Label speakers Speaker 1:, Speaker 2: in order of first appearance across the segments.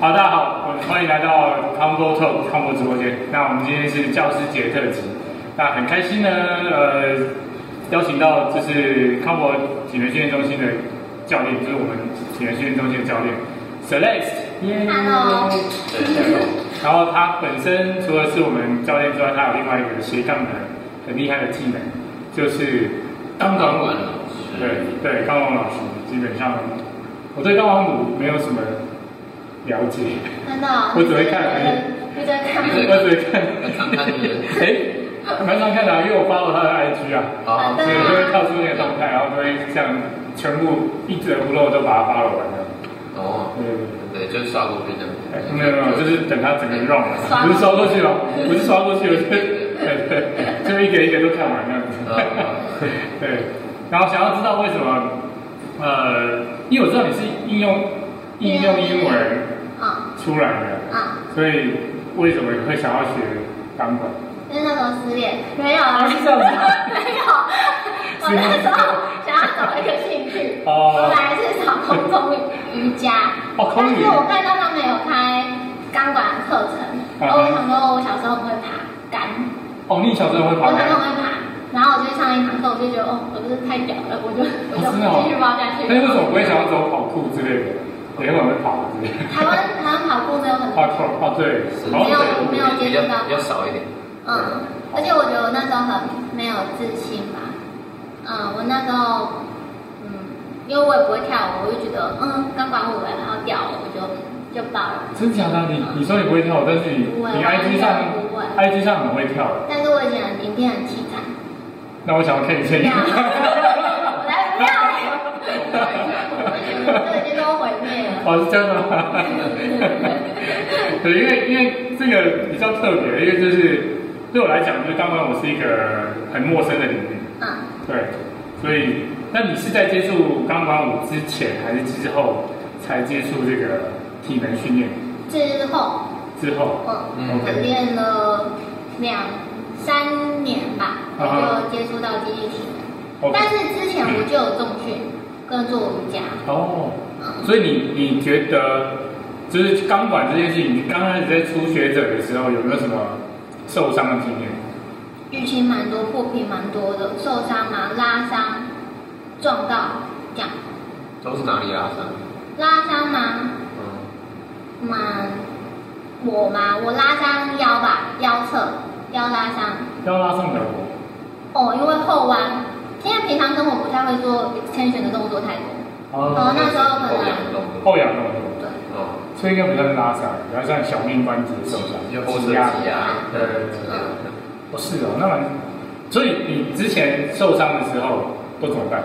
Speaker 1: 好，大家好，我欢迎来到 Combo Talk 康博直播间。那我们今天是教师节特辑，那很开心呢，呃，邀请到就是康博体能训练中心的教练，就是我们体能训练中心的教练 Celeste，耶
Speaker 2: Hello
Speaker 1: 对，Hello 然后他本身除了是我们教练之外，他有另外一个斜杠的很厉害的技能，就是
Speaker 3: 当钢管老
Speaker 1: 对
Speaker 3: 师，
Speaker 1: 对，高王老师基本上，我对高王舞没有什么了解，
Speaker 2: 真的哦、
Speaker 1: 我只会看而已
Speaker 2: 你只会看吗
Speaker 3: 你只会
Speaker 1: 我只会看，
Speaker 3: 要看看你的
Speaker 1: 哎，蛮常看的啊，因为我 follow 他的 IG 啊，
Speaker 3: 啊，
Speaker 1: 所以就会跳出那个动态，然后就会这样全部一折不漏都把它 follow 完了。
Speaker 3: 哦，
Speaker 1: 对对
Speaker 3: 对，就是刷过去的
Speaker 1: 哎，没有没有，就是等它整个 run
Speaker 2: 刷
Speaker 1: 了，不是刷过去了，不是刷过去了，就是对对，就一个一个都看完这样子。
Speaker 3: 呃，
Speaker 1: 对，然后想要知道为什么，呃，因为我知道你是应用应用英文
Speaker 2: 啊
Speaker 1: 出来的，
Speaker 2: 啊，
Speaker 1: 所以为什么会想要学钢管？
Speaker 2: 因为那时候失恋，没有啊，
Speaker 1: 啊是这样子吗
Speaker 2: 没有，我那时候想要找一个兴趣，
Speaker 1: 哦
Speaker 2: 我本来是找空中瑜伽，
Speaker 1: 哦空
Speaker 2: 但
Speaker 1: 余
Speaker 2: 是我看到他们有开钢管的课程，
Speaker 1: 啊
Speaker 2: 然后我想说，哦我小时候不会爬杆，
Speaker 1: 哦，你小时候会
Speaker 2: 我
Speaker 1: 爬
Speaker 2: 小时
Speaker 1: 杆？
Speaker 2: 候不会爬，然后我就上一堂课，我就觉得哦，我真是太屌了，我就我就
Speaker 1: 哦，真的哦
Speaker 2: 继续包下去。
Speaker 1: 那你为什么不会想要走跑酷之类的？你很会跑之类的，
Speaker 2: 台湾台湾跑步没有很多
Speaker 1: 跑酷哦对，
Speaker 2: 没
Speaker 1: 哦
Speaker 2: 有没有
Speaker 3: 比
Speaker 2: 接触
Speaker 3: 较
Speaker 2: 到
Speaker 3: 比较少一点，
Speaker 2: 嗯，而且我觉得我那时候很没有自信吧。嗯，我那时候，嗯，因为我也不会跳舞，我就觉得，嗯，钢管舞，然后跳舞，我就就爆了。
Speaker 1: 真假的？你你说你不会跳舞，但是你
Speaker 2: 不会
Speaker 1: 你
Speaker 2: 我完全
Speaker 1: IG 上
Speaker 2: 不会
Speaker 1: IG 上很会跳，
Speaker 2: 但是我以前影片很凄惨，
Speaker 1: 那我想要看你现
Speaker 2: 不要，
Speaker 1: 在。
Speaker 2: 我才不要嘞！我觉得这已经都毁灭了。
Speaker 1: 哦，是这样的 吗？对，因为因为这个比较特别，因为就是对我来讲，就是当然我是一个很陌生的领域，
Speaker 2: 嗯，
Speaker 1: 对，所以那你是在接触钢管舞之前还是之后才接触这个体能训练？
Speaker 2: 之后
Speaker 1: 之后，
Speaker 2: 我
Speaker 3: 嗯
Speaker 2: 我练了两三年吧，
Speaker 1: 啊
Speaker 2: 我就接触到记忆体能。
Speaker 1: ，OK，
Speaker 2: 但是之前我就有重训跟做瑜伽。嗯
Speaker 1: 哦，所以你你觉得就是钢管这件事情，你刚开始在初学者的时候有没有什么受伤的经验？
Speaker 2: 淤青蛮多，破皮蛮多的，受伤嘛，拉伤、撞到这样，
Speaker 3: 都是哪里拉伤？
Speaker 2: 拉伤吗？
Speaker 3: 嗯，
Speaker 2: 蛮我嘛，我拉伤腰吧，腰侧腰拉伤。
Speaker 1: 要拉上的我，
Speaker 2: 哦，因为后弯，因为平常生活不太会做牵旋的动作太多。
Speaker 3: 呃
Speaker 2: 哦，那时候可
Speaker 3: 后仰
Speaker 2: 能
Speaker 3: 动作，
Speaker 1: 后仰动作。
Speaker 2: 对，
Speaker 3: 哦，
Speaker 1: 所以应该不算拉伤，比较像小命关节受伤，
Speaker 3: 就后侧肌啊，
Speaker 1: 不是哦，那蛮。所以你之前受伤的时候都怎么办？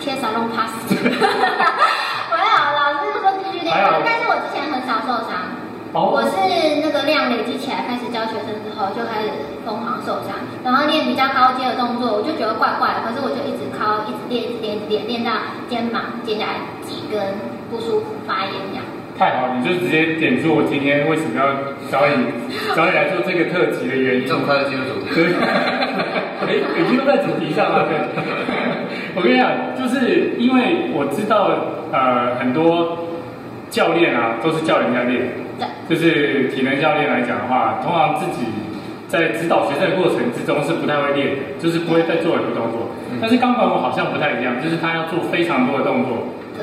Speaker 2: 贴少弄 pass。没有，老师说继续练
Speaker 1: 还好，
Speaker 2: 但是我之前很少受伤。我是那个量累积起来，开始教学生之后就开始疯狂受伤，然后练比较高阶的动作，我就觉得怪怪的，可是我就一直靠，一直练，一直练，一直练，练到肩膀接下来几根不舒服发炎这样。
Speaker 1: 太好，你就直接点出我今天为什么要找你找你来做这个特辑的原因
Speaker 3: 这。么快就进入主题，
Speaker 1: 对，哎，已经都在主题上了。对我跟你讲，就是因为我知道，呃，很多教练啊都是教人家练，
Speaker 2: 对，
Speaker 1: 就是体能教练来讲的话，通常自己在指导学生的过程之中是不太会练的，就是不会再做很多动作。
Speaker 3: 嗯
Speaker 1: 但是钢管舞好像不太一样，就是他要做非常多的动作，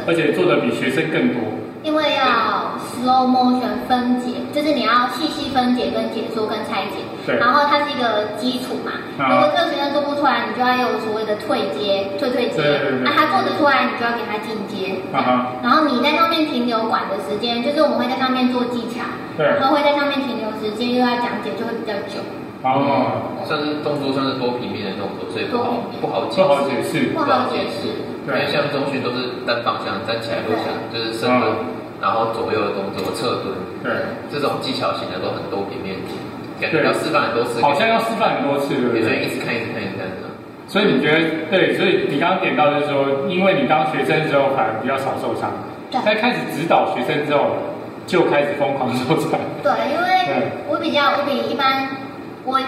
Speaker 1: 而且做的比学生更多。
Speaker 2: 因为要 slow motion 分解，就是你要细细分解、跟解说、跟拆解。
Speaker 1: 对
Speaker 2: 然后它是一个基础嘛，
Speaker 1: 啊
Speaker 2: 如果这个学生做不出来，你就要有所谓的退阶、退退阶。
Speaker 1: 对对对
Speaker 2: 那他做得出来，你就要给他进阶。
Speaker 1: 啊哈
Speaker 2: 然后你在上面停留管的时间，就是我们会在上面做技巧，
Speaker 1: 对
Speaker 2: 然后会在上面停留时间，又要讲解，就会比较久。
Speaker 1: 然后
Speaker 3: 算是动作算是多平面的动作，所以不好不好
Speaker 1: 不好解释，
Speaker 2: 不好解释，
Speaker 3: 因为像中训都是单方向站起来落下，就是深蹲，然后左右的动作侧蹲，
Speaker 1: 对，
Speaker 3: 这种技巧型的都很多平面，感觉要示范很多次，
Speaker 1: 好像要示范很多次，对不
Speaker 3: 也
Speaker 1: 对
Speaker 3: 是？一直看一直看一直看的。
Speaker 1: 所以你觉得对？所以你刚刚点到就是说，因为你当学生之后反而比较少受伤，
Speaker 2: 对
Speaker 1: 在开始指导学生之后就开始疯狂受伤。
Speaker 2: 对，因为
Speaker 1: 对
Speaker 2: 我比较，我比一般，我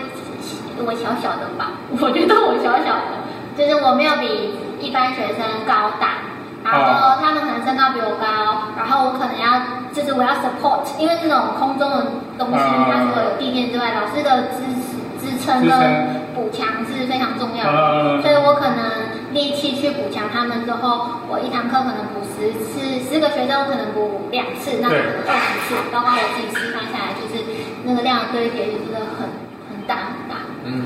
Speaker 2: 我小小的吧，我觉得我小小的，就是我没啊有比一般学生高大，然后他们可能身高比我高，然后我可能就是我要 support，因为这种空中的东西，它除了有地面之外，老师的支持啊支撑跟补强是非常重要的，所以我可能力气去补强他们之后，我一堂课可能补十次，十个学生我可能补两次，那可能二十次，包括我自己示范下来，就是那个量堆叠就是很很大很大。
Speaker 3: 嗯，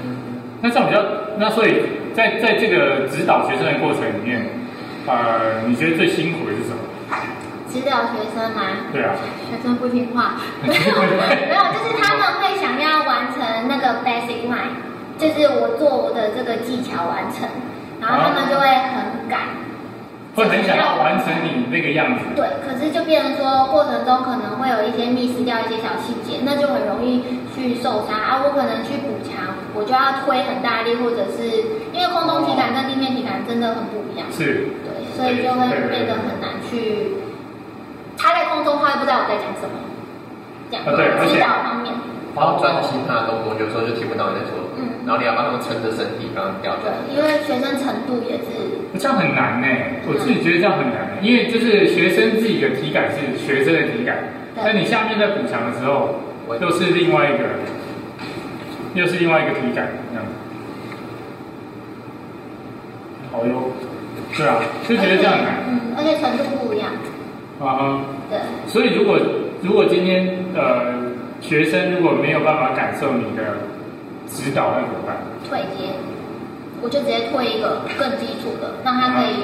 Speaker 1: 那这样比较，那所以在在这个指导学生的过程里面，呃，你觉得最辛苦的是什么？
Speaker 2: 指导学生吗？
Speaker 1: 对啊，
Speaker 2: 学生不听话，没有没有，就是他们会想要完成那个 basic line，就是我做我的这个技巧完成，然后他们就会很赶，
Speaker 1: 会很想要完成你那个样子。
Speaker 2: 对，可是就变成说过程中可能会有一些 miss 掉一些小细节，那就很容易去受伤啊。我可能去补强，我就要推很大力，或者是因为空中体感跟地面体感真的很不一样，
Speaker 1: 是，
Speaker 2: 对，所以就会变得很难去。他在空中，他也不知道我在讲什么，这样
Speaker 1: 啊对而且
Speaker 2: 指导方面，
Speaker 3: 然后专心他的动作，有时候就听不到你在说什么。
Speaker 2: 嗯
Speaker 3: 然后你要帮他们撑着身体，让他们掉下来。
Speaker 2: 对，因为学生程度也是
Speaker 1: 这样很难呢、我自己觉得这样很难、
Speaker 2: 嗯
Speaker 1: 因为就是学生自己的体感是学生的体感，
Speaker 2: 对
Speaker 1: 但你下面在补强的时候，又是另外一个，又是另外一个体感，这样。好哟，对啊，就觉得这样很难
Speaker 2: 嗯，而且程度不一样，
Speaker 1: 啊哈。
Speaker 2: 对，
Speaker 1: 所以如果如果今天呃学生如果没有办法感受你的指导，那怎么办？
Speaker 2: 退阶，我就直接退一个更基础的，让他可以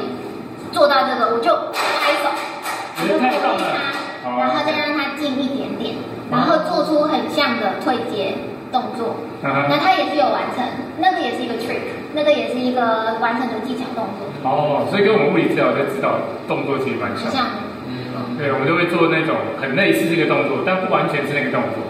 Speaker 2: 做到这个，我就拍手，啊我就鼓励他，然后再让他近一点点，然后做出很像的退阶动作，
Speaker 1: 啊
Speaker 2: 那
Speaker 1: 哈，
Speaker 2: 他也是有完成，那个也是一个 trick，那个也是一个完成的技巧动作，
Speaker 1: 哦，所以跟我们物理治疗在指导动作其实蛮像
Speaker 2: 很
Speaker 1: 的。
Speaker 2: 像。
Speaker 3: 嗯，
Speaker 1: 对，我们就会做那种很类似这个动作，但不完全是那个动作。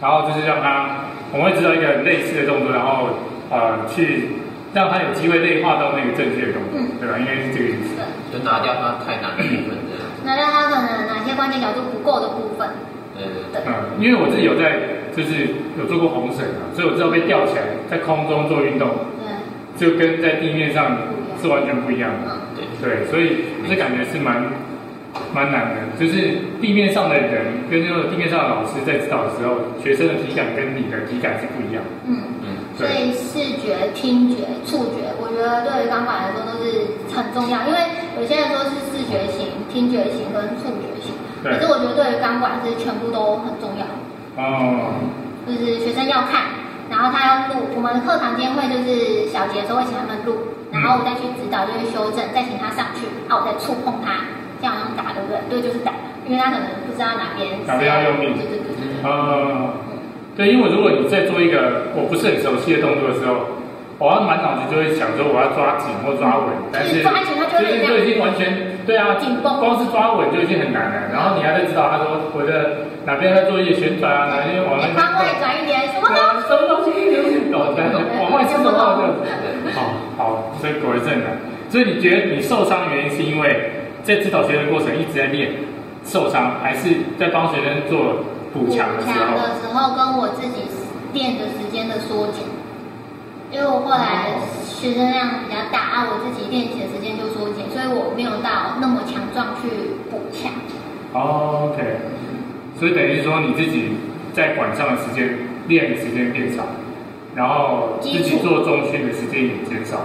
Speaker 1: 然后就是让他，我们会知道一个很类似的动作，然后呃去让他有机会内化到那个正确的动作，
Speaker 2: 嗯
Speaker 1: 对吧？应该是这个意思。
Speaker 2: 对，
Speaker 3: 就拿掉他太难的部分，这样。
Speaker 2: 那让他可能哪些关键角度不够的部分，
Speaker 3: 对对对。
Speaker 2: 对，
Speaker 1: 嗯，因为我自己有在就是有做过红绳啊，所以我知道被吊起来在空中做运动，
Speaker 2: 对，
Speaker 1: 就跟在地面上是完全不一样的。
Speaker 2: 嗯，
Speaker 3: 对
Speaker 1: 对，所以这感觉是蛮蛮难的，就是地面上的人跟那个地面上的老师在指导的时候，学生的体感跟你的体感是不一样的。
Speaker 2: 嗯。
Speaker 3: 嗯，
Speaker 2: 所以视觉、听觉、触觉，我觉得对于钢管来说都是很重要，因为有些人说是视觉型、听觉型跟触觉型，可
Speaker 1: 对
Speaker 2: 是我觉得对于钢管是全部都很重要，
Speaker 1: 哦，
Speaker 2: 就是学生要看，然后他要录，我们课堂间会就是小节的时候会请他们录，然后我再去指导，就是修正，再请他上去，啊，我再触碰他，这样好像打对不对？对，就是打，因为他可能不知道哪边
Speaker 1: 哪边要用力
Speaker 2: 对对对对，
Speaker 1: 哦，对，因为如果你在做一个我不是很熟悉的动作的时候，我要满脑子就会想说我要抓紧或抓稳，但是
Speaker 2: 嗯就是抓紧它就会
Speaker 1: 是
Speaker 2: 这样
Speaker 1: 就已经完全对啊，
Speaker 2: 紧绷
Speaker 1: 光是抓稳就已经很难了，然后你还在指导他说我的哪边在做一些旋转啊，哪边往那
Speaker 2: 你哎方位转一点，什么都。
Speaker 1: 什么东西？我感觉往外伸的话就好好，所以果然正难。所以你觉得你受伤的原因是因为在指导学生的过程一直在练受伤，还是在帮学生做补强的时
Speaker 2: 强
Speaker 1: 候？
Speaker 2: 的时候跟我自己练的时间的缩减，因为我后来学生量比较大，啊，我自己练习的时间就缩减，所以我没有到那么强壮去补强。
Speaker 1: 哦，OK。所以等于说你自己在晚上的时间练的时间变少，然后自己做重训的时间也减少。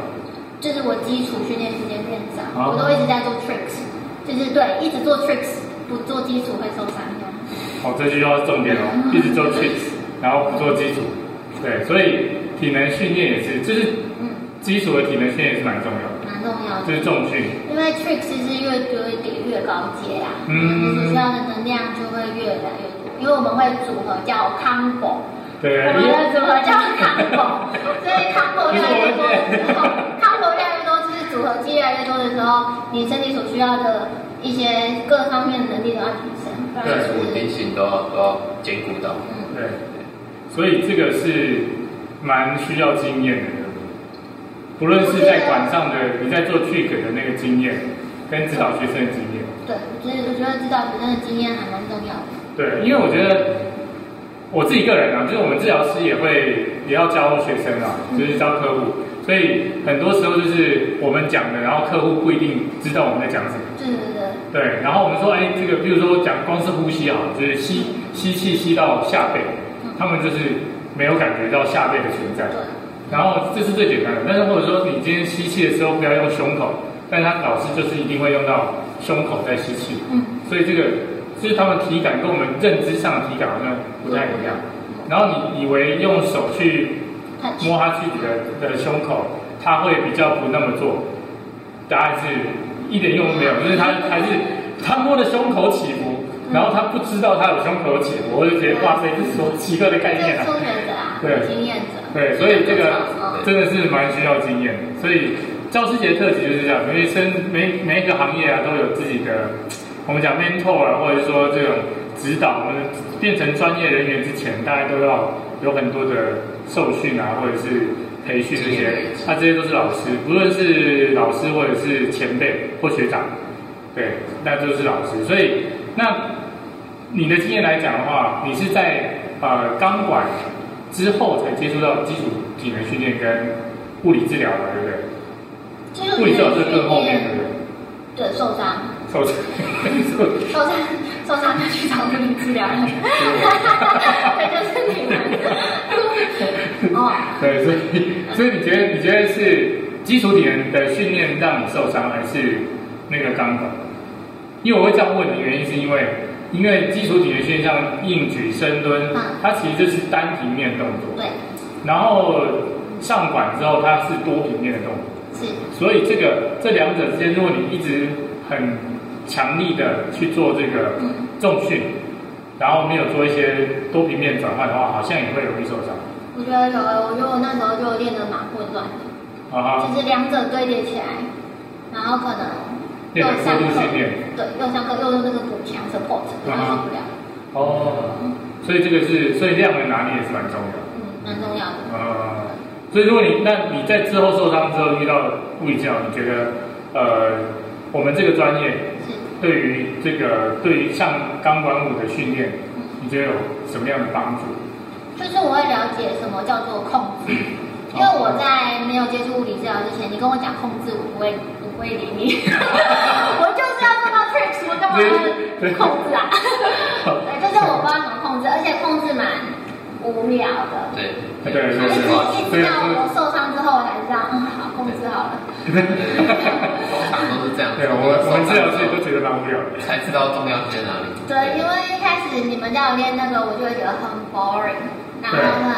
Speaker 2: 就是我基础训练时间变少，
Speaker 1: 哦
Speaker 2: 我都一直在做 tricks，就是对，一直做 tricks，不做基础会受伤的。
Speaker 1: 哦，这就要重点哦，一直做 tricks，然后不做基础。对，所以体能训练也是，就是
Speaker 2: 嗯，
Speaker 1: 基础的体能训练也是蛮重要的，
Speaker 2: 蛮重要
Speaker 1: 就
Speaker 2: 的。
Speaker 1: 是重训。
Speaker 2: 因为 tricks 是越多一点越高阶啊，
Speaker 1: 嗯
Speaker 2: 所需要的能量就会越来越多，因为我们会组合叫 combo。
Speaker 1: 对，
Speaker 2: 我们
Speaker 1: 因为
Speaker 2: 的组合叫康狗，所以康狗越来越多的时候，康狗越来越多，就是组合技越来越多的时候，你身体所需要的一些各方面的能力都要提升，不然
Speaker 1: 对
Speaker 2: 就是
Speaker 3: 是稳定性都要都要兼顾到。
Speaker 2: 嗯，
Speaker 1: 对，所以这个是蛮需要经验的，不论是在馆上的你在做 trick 的那个经验，跟指导学生的经验。
Speaker 2: 对，所以我觉得指导学生的经验还蛮重要的。
Speaker 1: 对，因为我觉得我自己个人啊，就是我们治疗师也会也要教学生啊，就是教客户，所以很多时候就是我们讲的，然后客户不一定知道我们在讲什么。
Speaker 2: 对对对，
Speaker 1: 对，然后我们说，哎，这个比如说讲光是呼吸啊，就是吸吸气吸到下背，他们就是没有感觉到下背的存在。
Speaker 2: 对，
Speaker 1: 然后这是最简单的，但是或者说你今天吸气的时候不要用胸口，但是他老师就是一定会用到胸口在吸气，
Speaker 2: 嗯，
Speaker 1: 所以这个就是他们体感跟我们认知上的体感好像不太一样。
Speaker 2: 嗯
Speaker 1: 然后你以为用手去
Speaker 2: 很
Speaker 1: 摸他自己的的胸口，他会比较不那么做。答案是一点用都没有，就是他还是他摸的胸口起伏，然后他不知道他有胸口起伏，我就觉得哇塞，这是什么奇怪的概
Speaker 2: 这
Speaker 1: 念
Speaker 2: 是
Speaker 1: 啊！
Speaker 2: 初学者啊，
Speaker 1: 对
Speaker 2: 经验者，
Speaker 1: 对，所以这个
Speaker 2: 嗯
Speaker 1: 真的是蛮需要经验的。所以教师节特辑就是这样，因为生每每一个行业啊都有自己的，我们讲 mentor 啊，或者说这种指导，我们变成专业人员之前，大家都要有很多的受训啊，或者是培训这
Speaker 3: 经验累
Speaker 1: 些
Speaker 3: 积。
Speaker 1: 那、这些都是老师，不论是老师或者是前辈或学长，对，那就是老师。所以那你的经验来讲的话，你是在呃钢管之后才接触到基础体能训练跟物理治疗嘛，对不对？
Speaker 2: 就是
Speaker 1: 物理治疗是更后面的
Speaker 2: 对，受伤，
Speaker 1: 受伤，受
Speaker 2: 受伤，受伤就去找物理治疗了，对，就是你 们，哦，
Speaker 1: 对，所以 所以你觉得你觉得是基础体能的训练让你受伤，还是那个钢管？因为我会这样问的原因是因为因为基础体能训练像硬举、深蹲
Speaker 2: 嗯，
Speaker 1: 它其实就是单平面动作，
Speaker 2: 对，
Speaker 1: 然后上管之后它是多平面的动作。
Speaker 2: 是，
Speaker 1: 所以这个这两者之间，如果你一直很强力的去做这个
Speaker 2: 嗯，
Speaker 1: 重训，然后没有做一些多平面转换的话，好像也会容易受伤。
Speaker 2: 我觉得有，我觉得我那时候就练得蛮混乱的。
Speaker 1: 啊哈，
Speaker 2: 就是两者堆叠起来，然后可能又
Speaker 1: 变成过
Speaker 2: 上
Speaker 1: 度
Speaker 2: 课
Speaker 1: 训练。
Speaker 2: 对，又上课又用那个补强 support，然后受不了，
Speaker 1: 哦，所以这个是，所以量的拿捏也是蛮重要
Speaker 2: 嗯，蛮重要的。
Speaker 1: 的。呃，所以如果你那你在之后受伤之后遇到物理治疗，你觉得呃，我们这个专业
Speaker 2: 是，
Speaker 1: 对于这个对于像钢管舞的训练，你觉得有什么样的帮 助？
Speaker 2: 就是我会了解什么叫做控制，因为我在没有接触物理治疗之前，你跟我讲控制，我不会，我不会理 你，我就是要做到 tricks，我干嘛
Speaker 1: 对
Speaker 2: 控制啊？对，就是我不知道怎么控制，而且控制蛮无聊的。
Speaker 3: 对
Speaker 1: 对对
Speaker 2: 一直
Speaker 1: 对
Speaker 2: 一直到我受伤之后，我才知道，嗯，好，控制好了。
Speaker 3: 通常都是这样子。
Speaker 1: 对，啊我们我们治疗师都觉得蛮无聊的。
Speaker 3: 才知道重量在哪里。
Speaker 2: 对，因为一开始你们叫我练那个，我就会觉得很 boring，然后很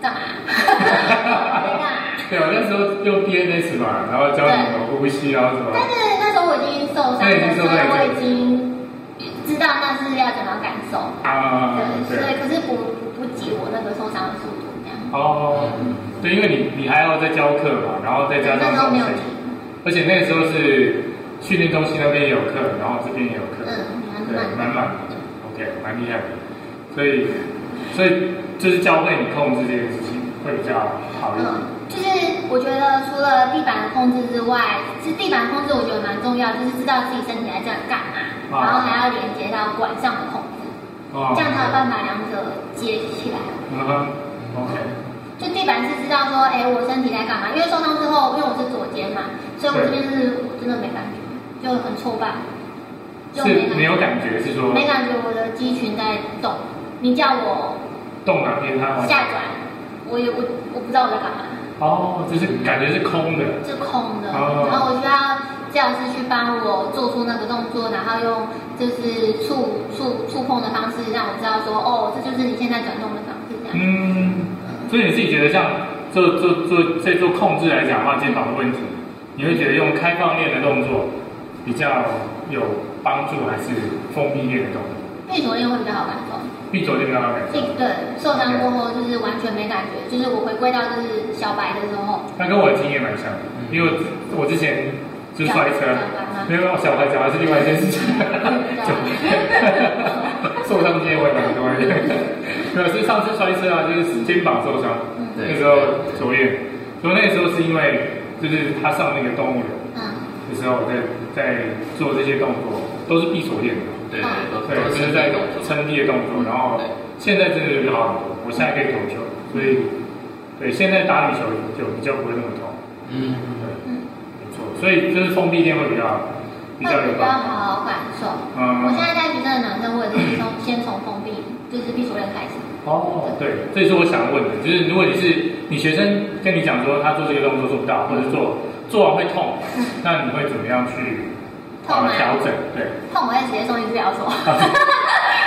Speaker 2: 干 嘛？在干嘛？
Speaker 1: 对，啊我那时候用 DNS 嘛，然后教你怎么呼吸，然后什么
Speaker 2: 但，是那时候我已经受伤
Speaker 1: 对已
Speaker 2: 了，
Speaker 1: 经
Speaker 2: 所
Speaker 1: 受
Speaker 2: 以
Speaker 1: 伤了
Speaker 2: 我已经知道那是要怎么感受。
Speaker 1: 啊，
Speaker 2: 对，
Speaker 1: 对
Speaker 2: 所，以可是不不及我那个受伤的速度这样。
Speaker 1: 哦，对，因为你你还要再教课嘛，然后再加上
Speaker 2: 那时候
Speaker 1: 上
Speaker 2: 没有
Speaker 1: 线
Speaker 2: 停，，
Speaker 1: 而且那个时候是训练中心那边也有课，然后这边也有课，
Speaker 2: 嗯，
Speaker 1: 对，
Speaker 2: 蛮
Speaker 1: 满
Speaker 2: 慢。
Speaker 1: 满的，OK，蛮厉害的，所以所以就是教会你控制这件事情会比较好一点，
Speaker 2: 嗯，就是我觉得除了地板的控制之外，其实地板控制我觉得蛮重要，就是知道自己身体在这样干嘛，
Speaker 1: 啊
Speaker 2: 然后还要连接到管上的控制。
Speaker 1: 哦
Speaker 2: 这样才有办法两者接起来。
Speaker 1: 嗯哼，OK，
Speaker 2: 就地板是知道说，哎，我身体在干嘛？因为受伤之后，因为我是左肩嘛，所以我这边是我真的没感觉，就很挫败，就是
Speaker 1: 没
Speaker 2: 没
Speaker 1: 有感
Speaker 2: 感
Speaker 1: 觉是说
Speaker 2: 觉，没感觉我的肌群在动。你叫我
Speaker 1: 动哪边它完全
Speaker 2: 下转，我也我我不知道我在干嘛，
Speaker 1: 哦，就是感觉是空的。
Speaker 2: 是空的。
Speaker 1: 哦
Speaker 2: 然后我需要治疗师去帮我做出那个动作，然后用就是触触触碰的方式让我知道说，哦，这就是你现在转动的方式这样。
Speaker 1: 嗯，所以你自己觉得像做做做在做控制来讲的话，肩膀的问题，你会觉得用开放链的动作比较有帮助，还是封闭链的动作？
Speaker 2: 闭左练会比较好感受。
Speaker 1: 闭左链刚刚感
Speaker 2: 这
Speaker 1: 觉，
Speaker 2: 对受伤过后就是完全没感觉，就是我回归到就是小白的时候，
Speaker 1: 那跟我的经验蛮像的，因为我我之前就是摔车
Speaker 2: 小小白吗，
Speaker 1: 没有小孩讲的是另外一件事 情，
Speaker 2: 嗯
Speaker 1: 受伤经验我也蛮多的，没有是上次摔车啊，就是肩膀受伤，
Speaker 3: 对
Speaker 2: 嗯
Speaker 1: 那时候左眼，所以那时候是因为就是他上那个动物园。
Speaker 2: 嗯，
Speaker 1: 的时候在在做这些动作，都是闭锁链的，
Speaker 3: 对对，都
Speaker 2: 哦
Speaker 1: 对，就是在撑地的嗯动作。然后现在真的就好很多，我现在可以投球，所以对现在打羽球就比较不会那么痛，
Speaker 3: 嗯，
Speaker 1: 对，没错。所以就是封闭链会比较比
Speaker 2: 会
Speaker 1: 较有
Speaker 2: 比较
Speaker 1: 帮助。
Speaker 2: 好好感受。
Speaker 1: 嗯
Speaker 2: 我现在在学生的暖身，我也是从先从封闭，就是闭锁链开始。
Speaker 1: 哦，对，这也是我想问的，就是如果你是你学生跟你讲说他做这个动作做不到，或者做做完会痛，那你会怎么样去
Speaker 2: 痛
Speaker 1: 把
Speaker 2: 吗
Speaker 1: 它调整？对，
Speaker 2: 痛我会直接送去治疗所，
Speaker 1: 啊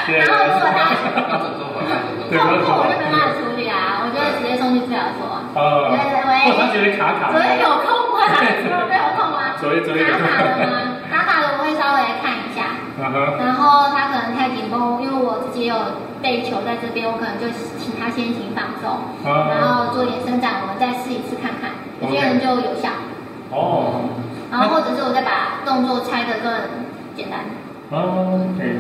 Speaker 1: 对
Speaker 2: 然后如果他 痛
Speaker 3: 标准做法，标准做
Speaker 1: 对
Speaker 3: 法。
Speaker 2: 痛我就没办法处理啊，我就会直接送去治疗所。
Speaker 1: 呃，或者他觉得卡卡
Speaker 2: 昨天有
Speaker 1: 的，
Speaker 2: 空吗？昨天有空吗？
Speaker 1: 昨天昨天有
Speaker 2: 打
Speaker 1: 空
Speaker 2: 卡的吗？打卡的我会稍微看一下，
Speaker 1: 嗯哼，
Speaker 2: 然后他可能太紧绷，因为我自己有被球在这边，我可能就请他先行放松，然
Speaker 1: 啊，
Speaker 2: 后做点伸展，我们再试一次看看，有些人就有效，
Speaker 1: 哦，
Speaker 2: 然后或者是我再把动作拆得更简单。
Speaker 1: 哦，OK，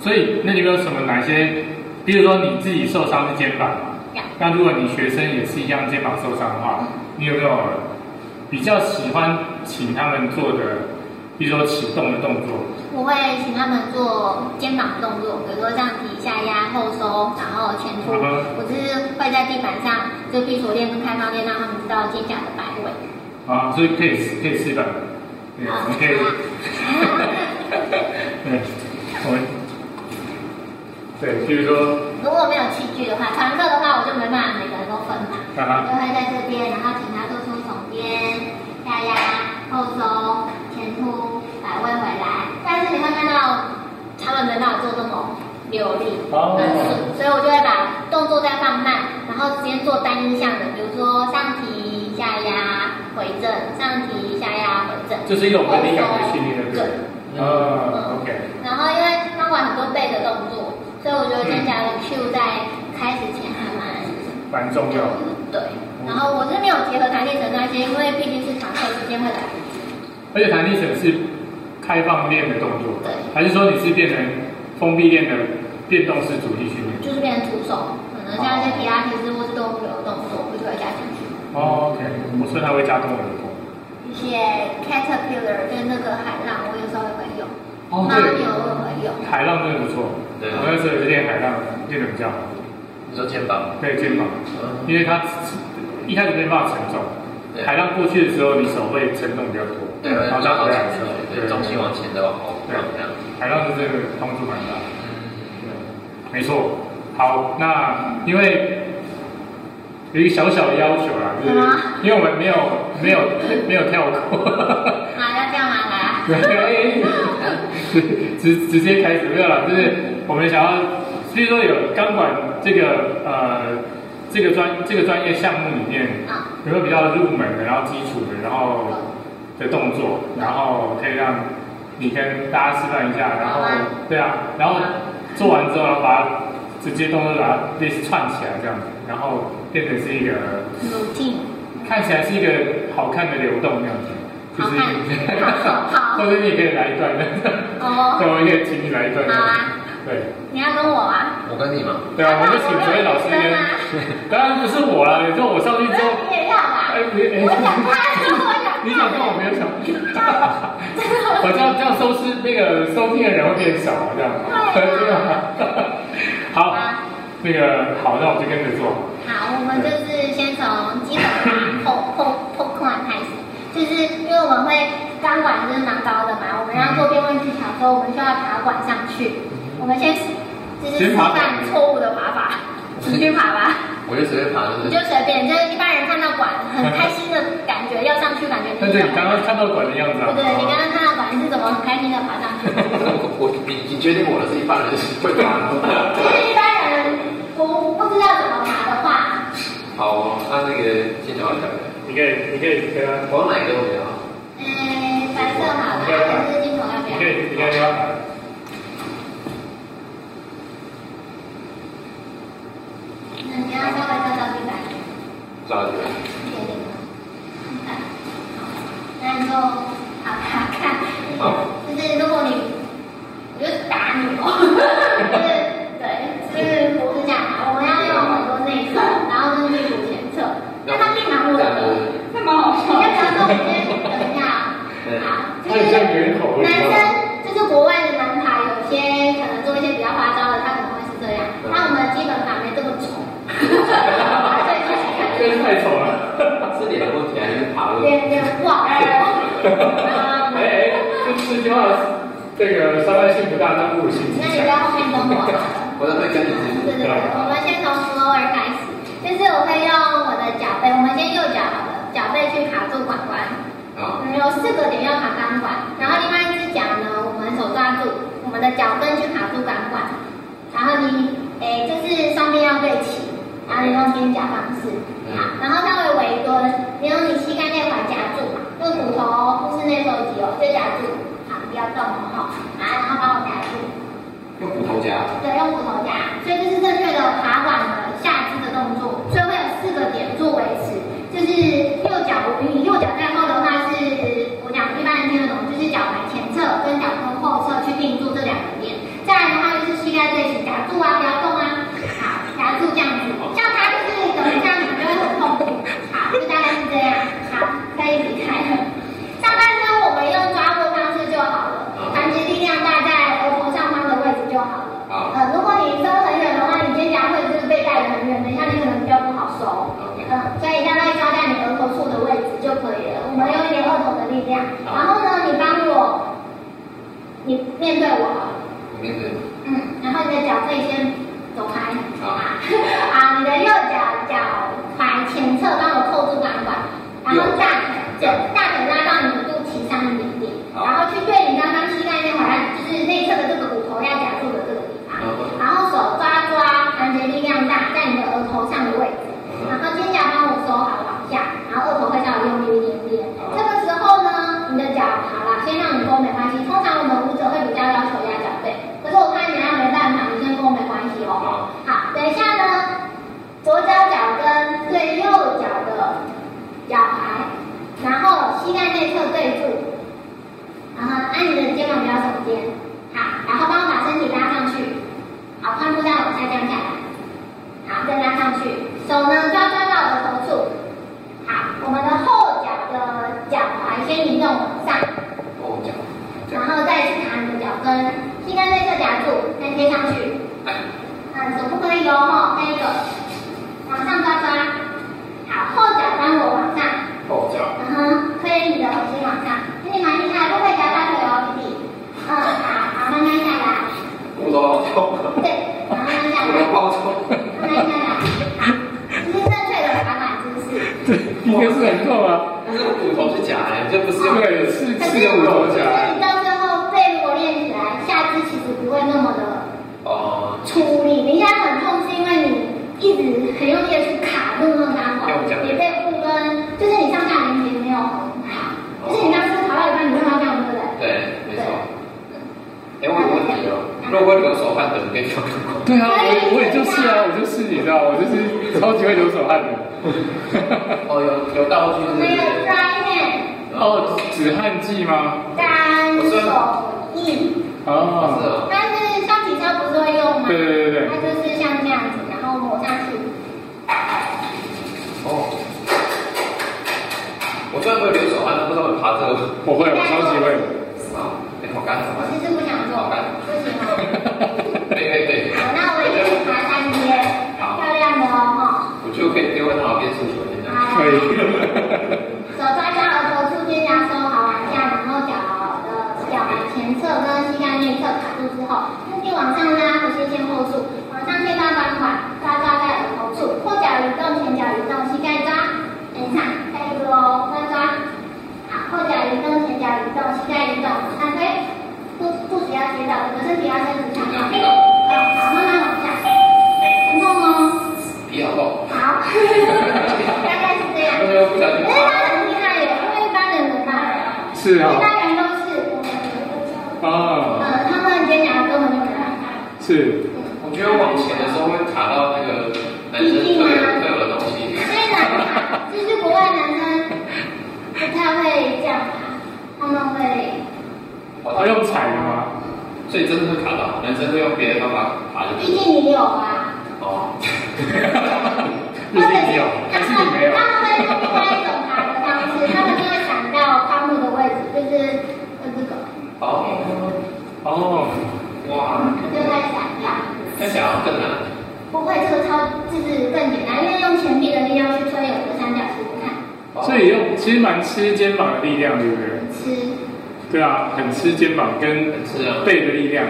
Speaker 1: 所以那你有没有什么哪些，比如说你自己受伤是肩膀嘛，那如果你学生也是一样肩膀受伤的话，你有没有比较喜欢请他们做的，比如说启动的动作？
Speaker 2: 我会请他们做肩膀动作，比如说这样提下压后收，然后前凸。
Speaker 1: 嗯哼
Speaker 2: 我就是会在地板上就闭锁链跟开放链，让他们知道肩胛的摆位。
Speaker 1: 啊，所以可以可以示范，对，我们可以， 对，我们，对，比如说，
Speaker 2: 如果没有器具的话，团课的话我就没办法每个人都分嘛，
Speaker 1: 哈啊哈，
Speaker 2: 我就会在这边，然后请他做出耸肩、下压、后收、前凸、摆位回来。但是你会看到他们没办法做这么流利、
Speaker 1: 哦
Speaker 2: 很顺，所以我就会把动作再放慢，然后直接做单一项的，比如说上提、下压、回正，上提、下压、回正。
Speaker 1: 这是一种本体感觉训练的，对不对，啊，OK，
Speaker 2: 然后因为他玩很多背的动作，所以我觉得肩胛的 Q 在开始前还蛮
Speaker 1: 蛮重要的。
Speaker 2: 对。然后我是没有结合弹力绳那些，因为毕竟是堂课之间会来不及。
Speaker 1: 而且弹力绳是开放练的动作，
Speaker 2: 对
Speaker 1: 还是说你是变成封闭练的变动式主力训练？
Speaker 2: 就是变成徒手，可能像一些皮拉提斯或是动物流的动作，我就会加进去。
Speaker 1: 哦，OK，我说它会加动我的头。
Speaker 2: 一些 caterpillar 跟那个海浪，我有时候也会用，
Speaker 1: 哦
Speaker 2: 妈牛我也会用。
Speaker 1: 海浪真的不错，
Speaker 3: 对啊
Speaker 1: 我那时候也是练海浪，练得比较好，
Speaker 3: 你说肩膀，
Speaker 1: 对肩膀，
Speaker 3: 嗯，
Speaker 1: 因为它一开始没办法承重，
Speaker 3: 对
Speaker 1: 海浪过去的时候，你手会沉重比较多，
Speaker 3: 对，
Speaker 1: 然后再
Speaker 3: 往
Speaker 1: 回来
Speaker 3: 前
Speaker 1: 的时候，
Speaker 3: 对，重心往前再往后放这样。
Speaker 1: 海浪是这个帮助蛮大的。对，没错。好，那因为有一个小小的要求啦，就是
Speaker 2: 什么
Speaker 1: 因为我们没有没 有没有跳过，
Speaker 2: 啊，要这样吗？来啊！
Speaker 1: 对，直直接开始没有了，就是我们想要，比如说有钢管这个呃这个专这个专业项目里面，
Speaker 2: 啊，
Speaker 1: 有没有比较入门的，然后基础的，然后的动作，然后可以让你跟大家示范一下，然后
Speaker 2: 好啊
Speaker 1: 对啊，然后做完之后，然后把它直接动作把它类似串起来这样子，然后变成是一个
Speaker 2: routine。
Speaker 1: 看起来是一个好看的流动这样子，就是
Speaker 2: 好看好好
Speaker 1: 或者你也可以来一段， 对，
Speaker 2: 哦，
Speaker 1: 我也可以请你来一段，
Speaker 2: 好啊，
Speaker 1: 对。
Speaker 2: 你要跟我啊？
Speaker 3: 我跟你嘛，
Speaker 1: 对啊，我们就请几位老师跟，当然不是我啦，有时候我上去之后，
Speaker 2: 那你也要吧？
Speaker 1: 哎，不
Speaker 2: 我想看，
Speaker 1: 哎，
Speaker 2: 我想看。
Speaker 1: 你想跟我没有想，我这样这样收视那个收听的人会变少，这样，
Speaker 2: 对啊
Speaker 1: 对吧？好，那个好，那我就跟着做，
Speaker 2: 好，我们就是先从基本盘后后后控完开始，就是因为我们会钢管就是蛮高的嘛，我们要做变换技巧的时候，我们需要爬管上去。我们先就是示
Speaker 1: 先爬
Speaker 2: 范
Speaker 1: 管
Speaker 2: 错误的爬法，你去爬吧，
Speaker 3: 我就随便爬，
Speaker 2: 你
Speaker 3: 就
Speaker 2: 就
Speaker 3: 是
Speaker 2: 随便，就是一般人看到管很开心的感觉，要上去感觉
Speaker 1: 但
Speaker 2: 就是是
Speaker 1: 你刚刚看到管的样子啊，
Speaker 2: 对对，你刚刚看到管是怎么很开心的爬上去？
Speaker 3: 我我你你决定我的是一般人会爬的。
Speaker 2: 就是一般人不不知道怎么爬的话，
Speaker 3: 好，那那个先聊一下，
Speaker 1: 你可以你可以跟他，
Speaker 3: 我要哪一个都没有。
Speaker 2: 嗯，白色好了，还是镜头要
Speaker 1: 你
Speaker 2: 不要
Speaker 1: 可？以你可以跟他打，
Speaker 2: 嗯，你要稍微跳到地板一
Speaker 3: 抓起来，
Speaker 2: 点点吗？那你就好好看。就是如果你，我就打你哦。就是对，就是不是这样打，我们要用很多内收，然后用屁股前侧，那他并蛮我的。
Speaker 4: 会蛮好
Speaker 2: 你要
Speaker 4: 笑
Speaker 2: 不
Speaker 4: 的。
Speaker 2: 要跟我先等一下啊？好，就是男生，就是国外的男排，有些可能做一些比较花招的，他可能会是这样。那我们基本法没这么丑，
Speaker 1: 这个是太丑了，
Speaker 3: 是脸的问题还是爬的问题？
Speaker 2: 脸脸不好看。
Speaker 1: 哎哎，这这句话这个伤害性不大，但侮辱性极
Speaker 2: 那你在
Speaker 1: 强。
Speaker 2: 后面跟我好了。
Speaker 3: 我在被跟你
Speaker 2: 对对对，我们先从 lower 开始，就是我会用我的脚背，我们先右脚好了，脚背去卡住管管，
Speaker 3: 好，
Speaker 2: 我们有四个点要卡钢管，然后另外一只脚呢，我们手抓住，我们的脚跟去卡住钢管，然后你诶就是上面要对齐，然后你用踮脚方式，好，然后稍微微蹲，你用你膝盖那块夹住嘛，用骨头不是那头肌哦，就夹住，好，不要动哦，好然后帮我夹住。
Speaker 3: 用骨头夹，
Speaker 2: 对，用骨头夹，所以这是正确的爬管的下肢的动作，所以会有四个点做维持，就是右脚，你右脚在后的话是，我讲一般人听得懂，就是脚踝前侧跟脚跟后侧去定住这两个点，再来的话就是膝盖这里夹住啊，不要动啊，好，夹住这样子，像它就是等一下你就会很痛苦，好，就大概是这样，好，可以离开了。上半身我们用抓握方式就好了，团结力量大在额头上方的位置就好了。
Speaker 3: 好
Speaker 2: 呃，如果你收很远的话，你肩胛会就是被带得很远，等一下你可能比较不好收。
Speaker 3: ，OK，
Speaker 2: 嗯，所以大概抓在你额头处的位置就可以了。我们用一点额头的力量，然后呢，你帮我，你面对我好了。
Speaker 3: 我面对，
Speaker 2: 嗯，然后你的脚可以先走开。
Speaker 3: 好
Speaker 2: 啊，你的右脚脚踝前侧帮我扣住钢管，然后大腿对大腿拉到你的肚脐上一点点，
Speaker 3: 好
Speaker 2: 然后去对你刚刚膝盖那块儿，就是内侧的这个骨头要夹住的这个地方，
Speaker 3: 嗯
Speaker 2: 然后手抓抓，团结力量大，在你的额头上的位置。
Speaker 3: 嗯
Speaker 2: 然后肩胛帮我收好往下，然后额头会稍微用力一点点。这个时候呢，你的脚好了，先让你勾没关系。通常我们舞者会比较要求压脚背，可是我看你要没办法，你先勾没关系哦。
Speaker 3: 好，
Speaker 2: 好，等一下呢，左脚脚跟对右脚的脚踝，然后膝盖内侧对住，然后按你的肩膀不要耸肩，好，然后帮我把身体拉上去，好，髋部再往下降下来。好，再拉上去，手呢抓抓到额头处。好，我们的后脚的脚踝先移动往上，
Speaker 3: 后脚，这
Speaker 2: 然
Speaker 3: 样，
Speaker 2: 后再去卡你的脚跟，膝盖内侧夹住，再贴上去。
Speaker 3: 哎，
Speaker 2: 嗯，手不可以哦，哈，那一个往上抓抓。好，后脚帮我往上，
Speaker 3: 后脚，
Speaker 2: 然后推你的核心往上，你蛮厉害，不可以夹大腿哦，弟弟。嗯，好，好，慢慢下来，
Speaker 3: 骨头好痛，骨
Speaker 2: 对，好慢慢下来
Speaker 3: 头。好痛，
Speaker 2: 慢慢下来，好，这是正确的打板姿势。
Speaker 1: 应该是很痛啊，
Speaker 3: 但是用骨头去夹哎，这不是用
Speaker 1: 对，是
Speaker 2: 可
Speaker 1: 是
Speaker 2: 是
Speaker 1: 用骨
Speaker 2: 如果
Speaker 1: 头
Speaker 2: 就
Speaker 1: 夹
Speaker 2: 是
Speaker 1: 啊。
Speaker 2: 你到最后被磨练起来，下肢其实不会那么的
Speaker 3: 哦，
Speaker 2: 出力。你现在很痛是因为你一直很用力的去卡住那个钢管，你背部跟就是你上下连接没有很好，就是你刚思考到一半，你就要这样对不对？
Speaker 3: 对，没错。哎，我有问题哦，如果流手汗怎么变成钢管？
Speaker 1: 对啊，我我也就是啊，我就是你知道，我就是超级会流手汗的。
Speaker 3: 哦，有有道具
Speaker 2: 我
Speaker 3: 是不
Speaker 2: 们有
Speaker 3: 是？
Speaker 2: right hand
Speaker 1: 哦，止汗剂吗？
Speaker 2: 单手印，
Speaker 3: 哦，是
Speaker 1: 哦，
Speaker 3: 哦，
Speaker 2: 但是像体操不是会用吗？
Speaker 1: 对对对对
Speaker 2: 它就是像这样子，然后抹上去。
Speaker 3: 哦。我虽然会流手汗，但不知道会爬这个。
Speaker 1: 我会，我超级会。
Speaker 3: 啊，哎，好干， 好
Speaker 2: 我
Speaker 3: 干。
Speaker 2: 其实不想做，不行吗？
Speaker 3: 可以可以可以，
Speaker 2: 好，那我也去爬三阶，漂亮的哦，
Speaker 3: 我就可以丢在脑边数球现
Speaker 2: 哈。
Speaker 3: 在。
Speaker 1: 可
Speaker 2: 好，
Speaker 1: 以。
Speaker 2: 手抓抓额头，触肩胛收好往下，然后脚的脚踝前侧跟膝盖内侧卡住之后，身体往上拉，核心先 hold 住，往上贴到钢管，抓抓在额头处，后脚移动，前脚移动，膝盖抓，等一下，再一个哦，抓抓。好，后脚移动，前脚移动，膝盖移动，往上推，肚肚子要贴到，整个身体要伸直长长。好，慢慢往下，很痛哦。
Speaker 3: 皮好痛，
Speaker 2: 好，大概是这样。
Speaker 3: 那个不小
Speaker 2: 因为他很厉害耶，因为一般人没办法，一般人都是我们有一个叫
Speaker 3: 心。
Speaker 1: 是
Speaker 2: 一
Speaker 1: 啊，
Speaker 2: 般人都是我们
Speaker 1: 哦，
Speaker 2: 呃，他们肩胛根本就没办法。
Speaker 1: 是，
Speaker 3: 我觉得往前的时候会卡到那个男生特
Speaker 2: 啊
Speaker 3: 有特有的东西。
Speaker 2: 所以男就是国外男生不太会这样爬，他们会
Speaker 3: 哦
Speaker 1: 要哦用踩的吗？
Speaker 3: 所以真的会卡到，男生会用别的方法爬进
Speaker 2: 毕
Speaker 3: 去。
Speaker 2: 竟你有啊，
Speaker 3: 哦，
Speaker 1: 毕竟没有，啊还是你没有
Speaker 2: 他？们会用另外一种爬的方式，他们就会闪到髋部的位置，就是呃这个，
Speaker 3: 哦，
Speaker 1: 哦，
Speaker 3: 哇，
Speaker 2: 就在闪掉。
Speaker 3: 看起来好像更难。
Speaker 2: 呃不会，这个超就是更简单，因为用前臂的力量去推有一个三角形，你看
Speaker 1: 所以用其实蛮吃肩膀的力量，对不对？
Speaker 2: 吃。
Speaker 1: 对对啊，很吃肩膀跟
Speaker 5: 是啊，
Speaker 1: 背的力量，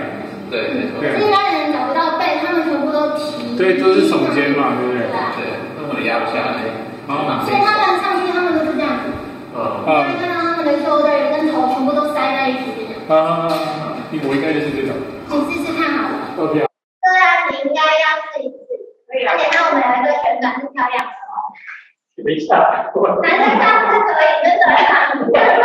Speaker 5: 对，没错，
Speaker 1: 对
Speaker 3: 这一般人找不到背，他们全部都提，
Speaker 1: 对都是耸肩嘛对不对
Speaker 3: 对啊
Speaker 5: 对，我们压不下来，
Speaker 1: 啊
Speaker 3: 所以他们上去，他们都是这样子。
Speaker 5: 嗯，
Speaker 3: 大
Speaker 1: 啊
Speaker 3: 家看到他们的 shoulder 跟头全部都塞在一起这样，
Speaker 1: 啊，我应该就是这种
Speaker 3: 你试试看好了。
Speaker 1: ，OK 啊，
Speaker 2: 对啊，你应该要试一 试。
Speaker 6: 可以啊
Speaker 2: 而，且呢，我们有一个旋转是漂亮的哦，
Speaker 6: 等一下，我
Speaker 2: 男生上是可以，跟着来上你 对吧？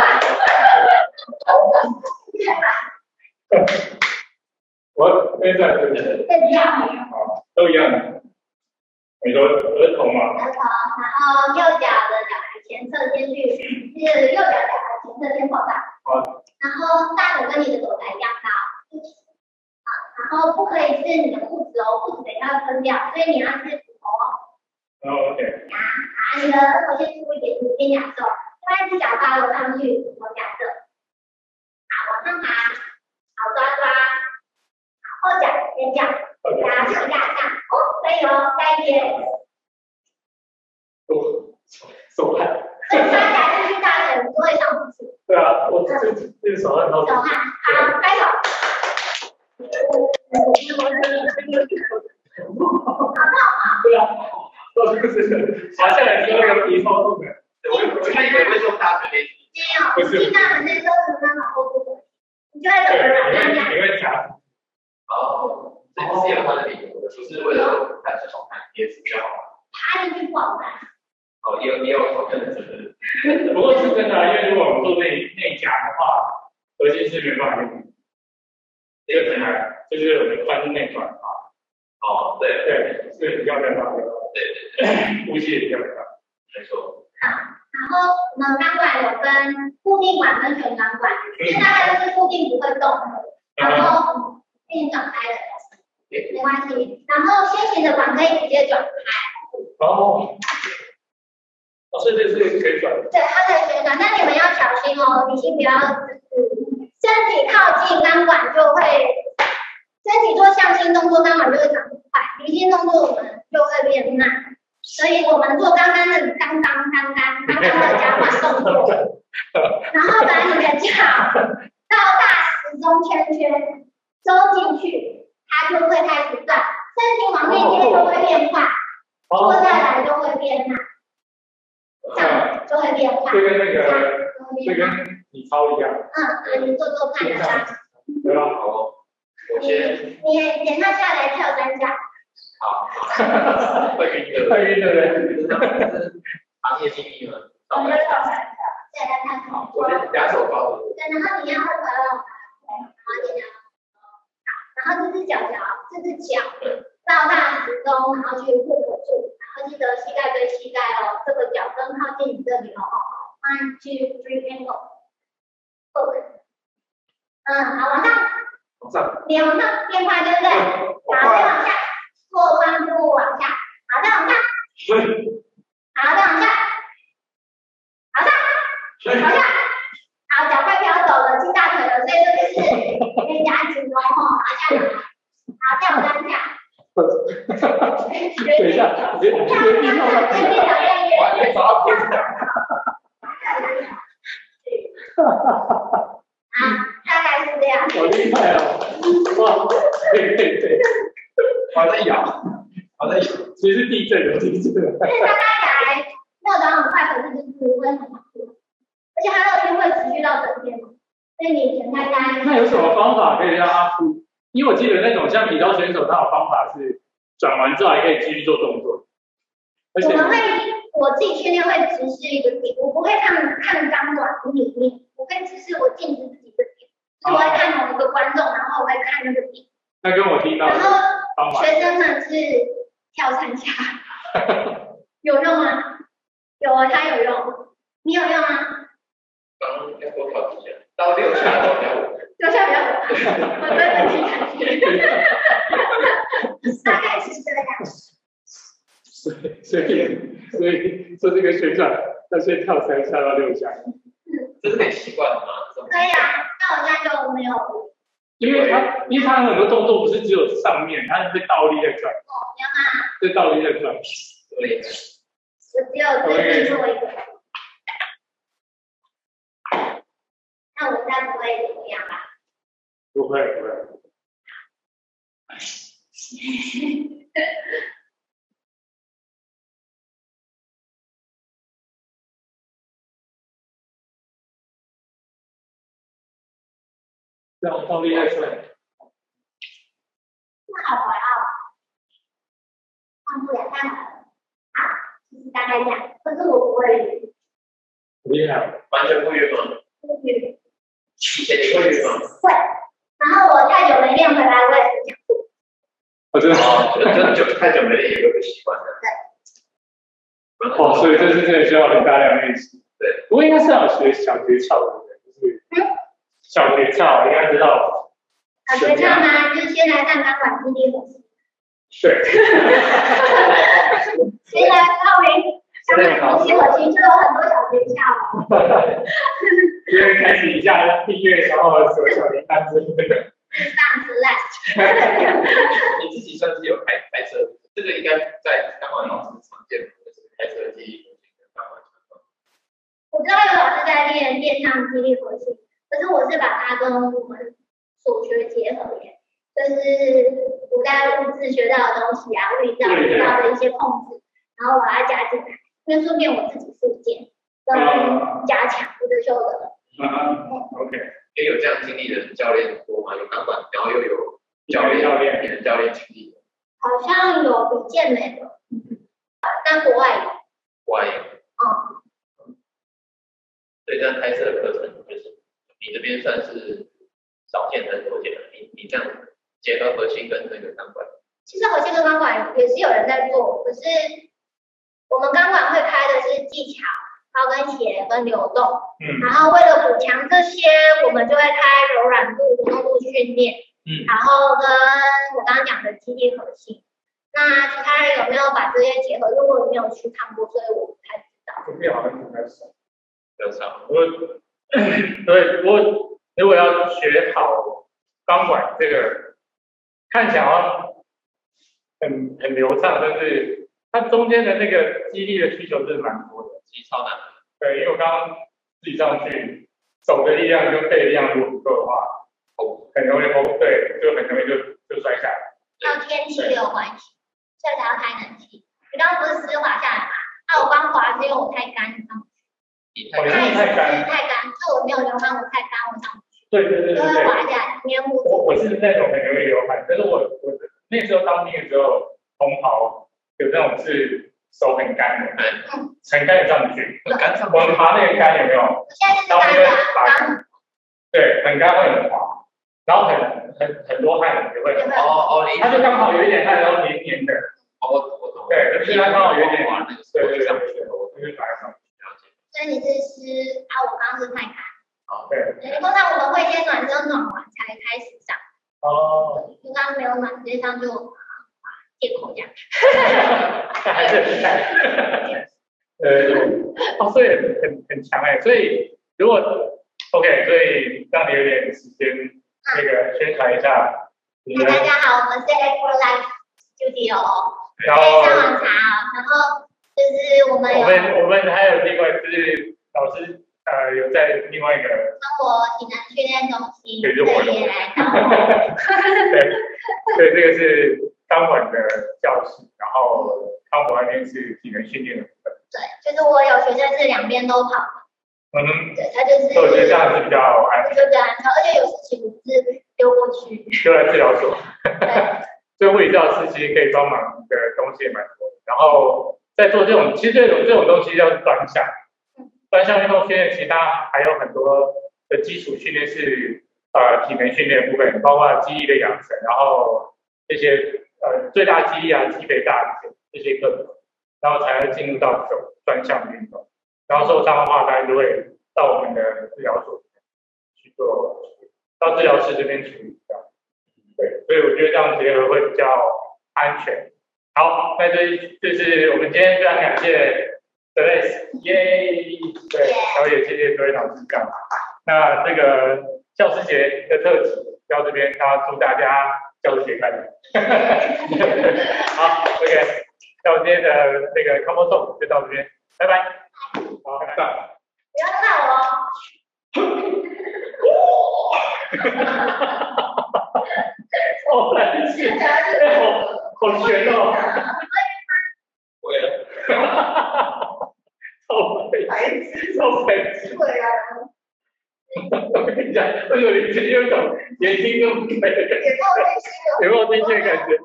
Speaker 6: 我现在就
Speaker 2: 这
Speaker 6: 是
Speaker 2: 个比较好用。
Speaker 6: 都一样的，你说儿童嘛，
Speaker 2: 然后右脚的脚踝前侧先去，是右脚脚踝前侧先往上。
Speaker 6: 哦
Speaker 2: 然后大腿跟你的左踝一样高。啊，然后不可以是你的裤子哦，裤子等一下要分掉，所以你要是骨头哦。
Speaker 6: 然后 OK，
Speaker 2: 把你的额头先出一点，你先假瘦，另外一只脚爬楼上去，我假设，好，往上爬，好抓抓，后脚先这样，然后上下上，哦，可以哦，再一点，
Speaker 6: 手手汗，
Speaker 2: 所以抓夹进去大腿，不会上不去，
Speaker 6: 对啊，我这这这手汗超
Speaker 2: 手汗，好，拍手。
Speaker 6: 对啊，我就是滑下来之后那个皮超痛的，
Speaker 5: 我我看你们会用大腿，
Speaker 2: 没有，你进到很内收是刚好后部，你就会整个软烂烂。
Speaker 6: 你会夹，
Speaker 5: 哦，这是有它的理由的，就是为了看这种看也是比较好，
Speaker 2: 爬进去不好爬，
Speaker 5: 哦，也有也有好像是，
Speaker 6: 不过是真的啊，因为如果我们做内内夹的话，核心是没办法用的，因为本来就是我们髋内转啊，
Speaker 5: 哦，对对
Speaker 6: 对，是比较没办法用的，
Speaker 5: 对
Speaker 6: 呼吸也比较没办法。
Speaker 5: 对，没错，
Speaker 2: 然后我们钢管有分固定管跟旋转管，现在就是固定不会动的，然后给你转开了，没关系。然后先行的管可以直接转开，
Speaker 6: 哦，哦，所以这是可以转的。
Speaker 2: 对，它可以旋转，但你们要小心哦，你先不要就是身体靠近钢管就会，身体做向心动作，钢管就会长得快，离心动作我们就会变慢。所以我们做刚刚的刚刚刚刚刚刚的夹板动作。然后把你的脚到大时钟圈圈收进去，它就会开始转，身体往内贴就会变快，坐下
Speaker 6: 哦，
Speaker 2: 来就会变慢，站就会变快，
Speaker 6: 这跟那个，
Speaker 2: 就会
Speaker 6: 这
Speaker 2: 变慢。
Speaker 6: 跟你操一样，
Speaker 2: 嗯，你做做看，大家，
Speaker 6: 对吧？
Speaker 5: 哦，我
Speaker 2: 你你
Speaker 5: 先
Speaker 2: 等下下来跳三下，
Speaker 5: 好，会晕的，
Speaker 6: 太晕了嘞！
Speaker 5: 行业经历嘛，
Speaker 2: 我们就跳三下，再来看看。
Speaker 5: 我先两手抱着，
Speaker 2: 对，然后你要会回来，然后你要，然后这只脚脚，这只脚到大指中，然后去护不住，然后记得膝盖对膝盖哦，这个脚跟靠近你这里哦。One, two, three, and go. Hook. 嗯，好，往上，
Speaker 6: 往上，
Speaker 2: 脸往上变快，对不对？好，再往下，后弯步往下，好，再往下，好，再往下，好上。好像好，脚快飘走了，进大腿了，所以这就是跟夹紧哦，好像好，再往上下，
Speaker 6: 等一下，你
Speaker 2: 跳上跳上，对
Speaker 6: 你
Speaker 2: 面两边
Speaker 5: 我还没找到裤子，
Speaker 2: 啊，大概是这样。
Speaker 6: 好厉害哦！哇，对对对，
Speaker 5: 我在咬，我在咬，
Speaker 6: 其实地震有地震，
Speaker 2: 就是大家起来跳得很快，可是就是会很难过，而且它那个会持续到整天，所以你等大家。
Speaker 6: 那有什么方法可以让它复？因为我记得那种像体操选手，他有方法是转完之后还可以继续做动作，而
Speaker 2: 我
Speaker 6: 且
Speaker 2: 们会，我自己训练会直视一个点，我不会看看钢管里面，我会直视我镜子自己的点，就是我会看某一个观众，然后我会看那个点，
Speaker 6: 那跟我听到
Speaker 2: 然
Speaker 6: 的
Speaker 2: 后
Speaker 6: 方法
Speaker 2: 学生们是跳三 下，有用吗？有啊，它有用，你有用吗？
Speaker 5: 刚刚要多跑几下，到六下到了，
Speaker 2: 留下比较好，我真的去看大概是这样。
Speaker 6: 所以所以所以做这个旋转要先跳三下到六下，
Speaker 5: 这是可以习惯的吗？这种
Speaker 2: 可以啊，那我现在就没有，我
Speaker 6: 因为它因为它很多动作不是只有上面，它是倒立在转，
Speaker 2: 要吗？
Speaker 6: 是倒立在转。
Speaker 5: 有点
Speaker 2: 我只有最近做一个。那我应该不会怎么样吧？
Speaker 6: 不会不会。让放厉害出来。
Speaker 2: 那好玩哦，放不了那好玩啊，就是大概这样。可是我不会
Speaker 6: 厉害，完全不约吗？
Speaker 2: 不会
Speaker 6: 以前你会约吗？
Speaker 2: 会。然后我太久没练回来，我也是这样。
Speaker 6: 我真的
Speaker 5: 哦，就就久太久没练，也会不习惯的。蛮好
Speaker 6: 哦，
Speaker 5: 的
Speaker 6: 所以这是真的需要很大量练习。
Speaker 5: 对，
Speaker 6: 不过应该是要学小诀窍的，对不对就是小诀窍，应该知道。
Speaker 2: 小诀窍呢，就先来上钢管基地火器，
Speaker 6: 对，
Speaker 2: 先来报名钢管基地火器，就有很多小诀窍哦。
Speaker 6: 因为开始一下订阅，然后什么小铃铛之类 的。
Speaker 2: 上次来，
Speaker 5: 你自己算是有开开车，这个应该在当晚老师常见，就是开车记忆模型的当晚。
Speaker 2: 我知道有老师在练练上基地火器，可是我是把它跟我们所学结合耶，就是古代物质学到的东西啊，物理上学到的一些控制，然后我把它加进来，因为顺便我自己复健跟加强我的修德。
Speaker 6: 啊，OK，
Speaker 5: 也有这样经历的教练多嘛？有钢管，然后又有教
Speaker 6: 教
Speaker 5: 练
Speaker 6: 练教练，
Speaker 5: 练教练经历，
Speaker 2: 好像有比健美的，但国外有，
Speaker 5: 我也有。所以这样开设的课程就是你这边算是少见很多见的，你你这样结合核心跟那个钢管，
Speaker 2: 其实核心跟钢管也是有人在做，可是我们钢管会拍的是技巧、高跟鞋跟流动，
Speaker 6: 嗯
Speaker 2: 然后为了补强这些，我们就会开柔软度、活动度训练，
Speaker 6: 嗯
Speaker 2: 然后跟我刚刚讲的基地核心。那其他人有没有把这些结合？因为我没有去看过，所以我不太知道。
Speaker 6: 准备好了，准备好了。
Speaker 5: 比较少。
Speaker 6: 我 对我如果要学好钢管这个，看起来好像很很流畅，但是它中间的那个肌力的需求是蛮多的。
Speaker 5: 其实超难，
Speaker 6: 对，因为我刚刚自己上去，手的力量跟背的力量如果不够的话，很容易哦，对，就很容易就就摔下来。
Speaker 2: 还有天气也有关系，所以才要开冷气。你刚刚不是湿滑下来吗？啊，我刚滑是因为我太干，你知道吗
Speaker 5: 你
Speaker 6: 哦因
Speaker 5: 太
Speaker 6: 为
Speaker 5: 难。
Speaker 6: 太干
Speaker 2: 太干，就我没有流汗，我太干，我上
Speaker 6: 对对对
Speaker 2: 就
Speaker 6: 对
Speaker 2: 会
Speaker 6: 对。
Speaker 2: 滑下来，黏糊
Speaker 6: 我
Speaker 2: 住。
Speaker 6: 我是那种很容易流汗，但是我我那时候当兵的时候，同袍有那种是手很干的，很干的上不去。
Speaker 5: 很干上
Speaker 6: 我们爬那个杆有没有？
Speaker 2: 我现在就是
Speaker 6: 然后
Speaker 2: 干
Speaker 6: 那个
Speaker 2: 的，
Speaker 6: 把
Speaker 2: 然后
Speaker 6: 对，很干会很滑，然后很很很多汗也会
Speaker 2: 也
Speaker 6: 很
Speaker 2: 会
Speaker 6: 滑。
Speaker 5: 哦哦，你
Speaker 6: 它就刚好有一点汗，然后黏黏的，
Speaker 5: 哦，我我懂。
Speaker 6: 对就是它刚好有点
Speaker 5: 哇那个
Speaker 6: 对对对
Speaker 5: 上
Speaker 6: 对
Speaker 5: 去
Speaker 6: 对，
Speaker 5: 了，我
Speaker 6: 我就是白上。
Speaker 5: 了解。
Speaker 2: 所以你是湿啊，我刚刚是太干。
Speaker 6: 对，
Speaker 2: 对通常我们会先暖身，暖完才开始上。
Speaker 6: 哦，
Speaker 2: 就刚刚没有暖，直接上就啊借口这样。
Speaker 6: 那 还是很干。呃， 哦，所以很很强哎，所以如果 OK，所以让你有点时间那个宣传一下你
Speaker 2: 嗨
Speaker 6: 的。
Speaker 2: 大家好，我们是 April Life Studio，
Speaker 6: 然
Speaker 2: 可
Speaker 6: 后
Speaker 2: 以上网查哦。然后就是我们
Speaker 6: 我
Speaker 2: 有生
Speaker 6: 们我们还有另外就是老师呃有在另外一个
Speaker 2: 活体能训练中心，
Speaker 6: 对就我
Speaker 2: 所以也来找我。
Speaker 6: 对 这个是钢管的教室，然后康博那边是体能训练的部分。
Speaker 2: 对，就是我有学生是两边都跑，
Speaker 6: 嗯哼，
Speaker 2: 对他就是。
Speaker 6: 所以我觉得这样子比较好安
Speaker 2: 就这样，而且有事情是丢过去。
Speaker 6: 全，就在治疗所。
Speaker 2: 对，
Speaker 6: 所以物理治疗师其实可以帮忙的东西也蛮多的。然后在做这种，其实这种这种东西叫专项，专项运动训练，其实它还有很多的基础训练是呃体能训练的部分，包括肌力的养成，然后这些呃最大肌力啊、肌肥大这些这些课程，然后才会进入到这种专项的运动。然后受伤的话，当然就会到我们的治疗所去做，到治疗师这边处理掉。对，所以我觉得这样结合会比较安全。好，那这就是我们今天非常感谢 d r e s 耶，对，然后也谢谢各位老师讲。那这个教师节的特辑就到这边，那祝大家教师节快乐。 好，OK，那我今天的那个 Combo Talk 就到这边，拜拜。好，拜拜。
Speaker 2: 不要看我哦。
Speaker 6: 好难记，哎好好悬哦，
Speaker 5: 为了
Speaker 6: 好白
Speaker 2: 白痴，
Speaker 6: 痴，好白痴。
Speaker 2: 对啊，
Speaker 6: 我跟你讲，为什么你直有一种年轻又不美的感觉，
Speaker 2: 也够内心
Speaker 6: 有没有亲切感 觉？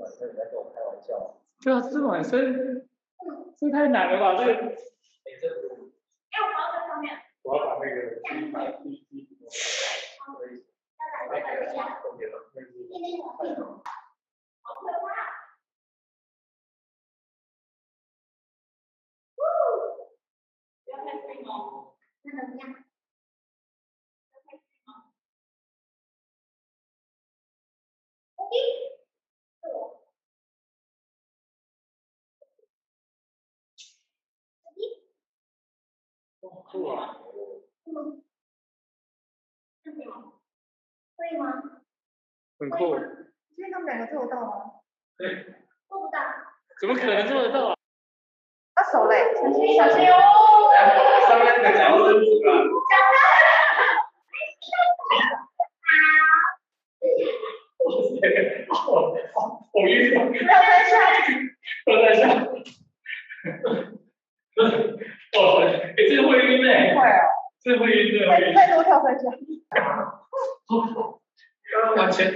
Speaker 5: 晚上你在跟我开玩笑，
Speaker 6: 对啊，这晚生，这太难了吧？这个
Speaker 5: 哎，这不是
Speaker 7: 哎，我要在上面。
Speaker 6: 我要把那个
Speaker 5: 那个重点了。
Speaker 7: 不要太近哦。
Speaker 2: 那怎么样？
Speaker 6: 酷啊！
Speaker 2: 嗯，可以吗？
Speaker 6: 很酷，
Speaker 2: 其实他们两个做得到吗？做不到。
Speaker 6: 怎么可能做得到啊？
Speaker 8: 那手嘞，小心小
Speaker 2: 啊小
Speaker 8: 心
Speaker 2: 心哦！
Speaker 5: 上面那个脚是不是啊？
Speaker 6: 哇塞，好好好晕
Speaker 2: 要
Speaker 6: 啊！
Speaker 2: 分下
Speaker 6: 我在想，哇塞，哎，这个会晕哎，
Speaker 8: 会啊，
Speaker 6: 这个会晕，这个会
Speaker 8: 再
Speaker 6: 晕，
Speaker 8: 再多跳三下。
Speaker 6: 完全